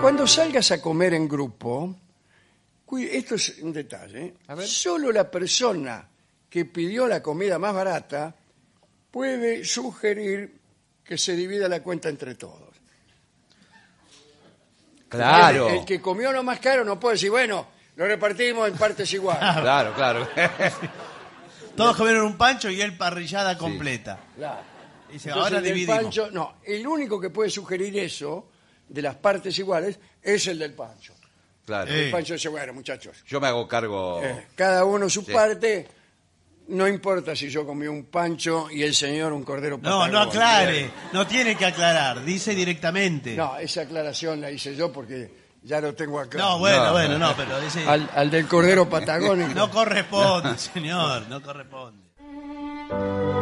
Cuando salgas a comer en grupo, cu- esto es un detalle, ¿eh? A ver. solo la persona que pidió la comida más barata puede sugerir que se divida la cuenta entre todos. Claro. El, el que comió lo más caro no puede decir, bueno, lo repartimos en partes iguales. Claro, claro. Todos comieron un pancho y él parrillada completa. Claro. Dice, Entonces, ahora el del dividimos. Pancho- no, el único que puede sugerir eso de las partes iguales es el del Pancho. claro. Eh. El Pancho dice, bueno, muchachos, Yo me hago cargo. eh, cada uno su Sí. parte, no importa si yo comí un Pancho y el señor un cordero No, no patagónico". aclare. No tiene que aclarar. Dice directamente. No, esa aclaración la hice yo porque ya lo tengo acá. No, bueno, No. bueno, no, pero dice. al, al del cordero patagónico. No corresponde, señor, no corresponde.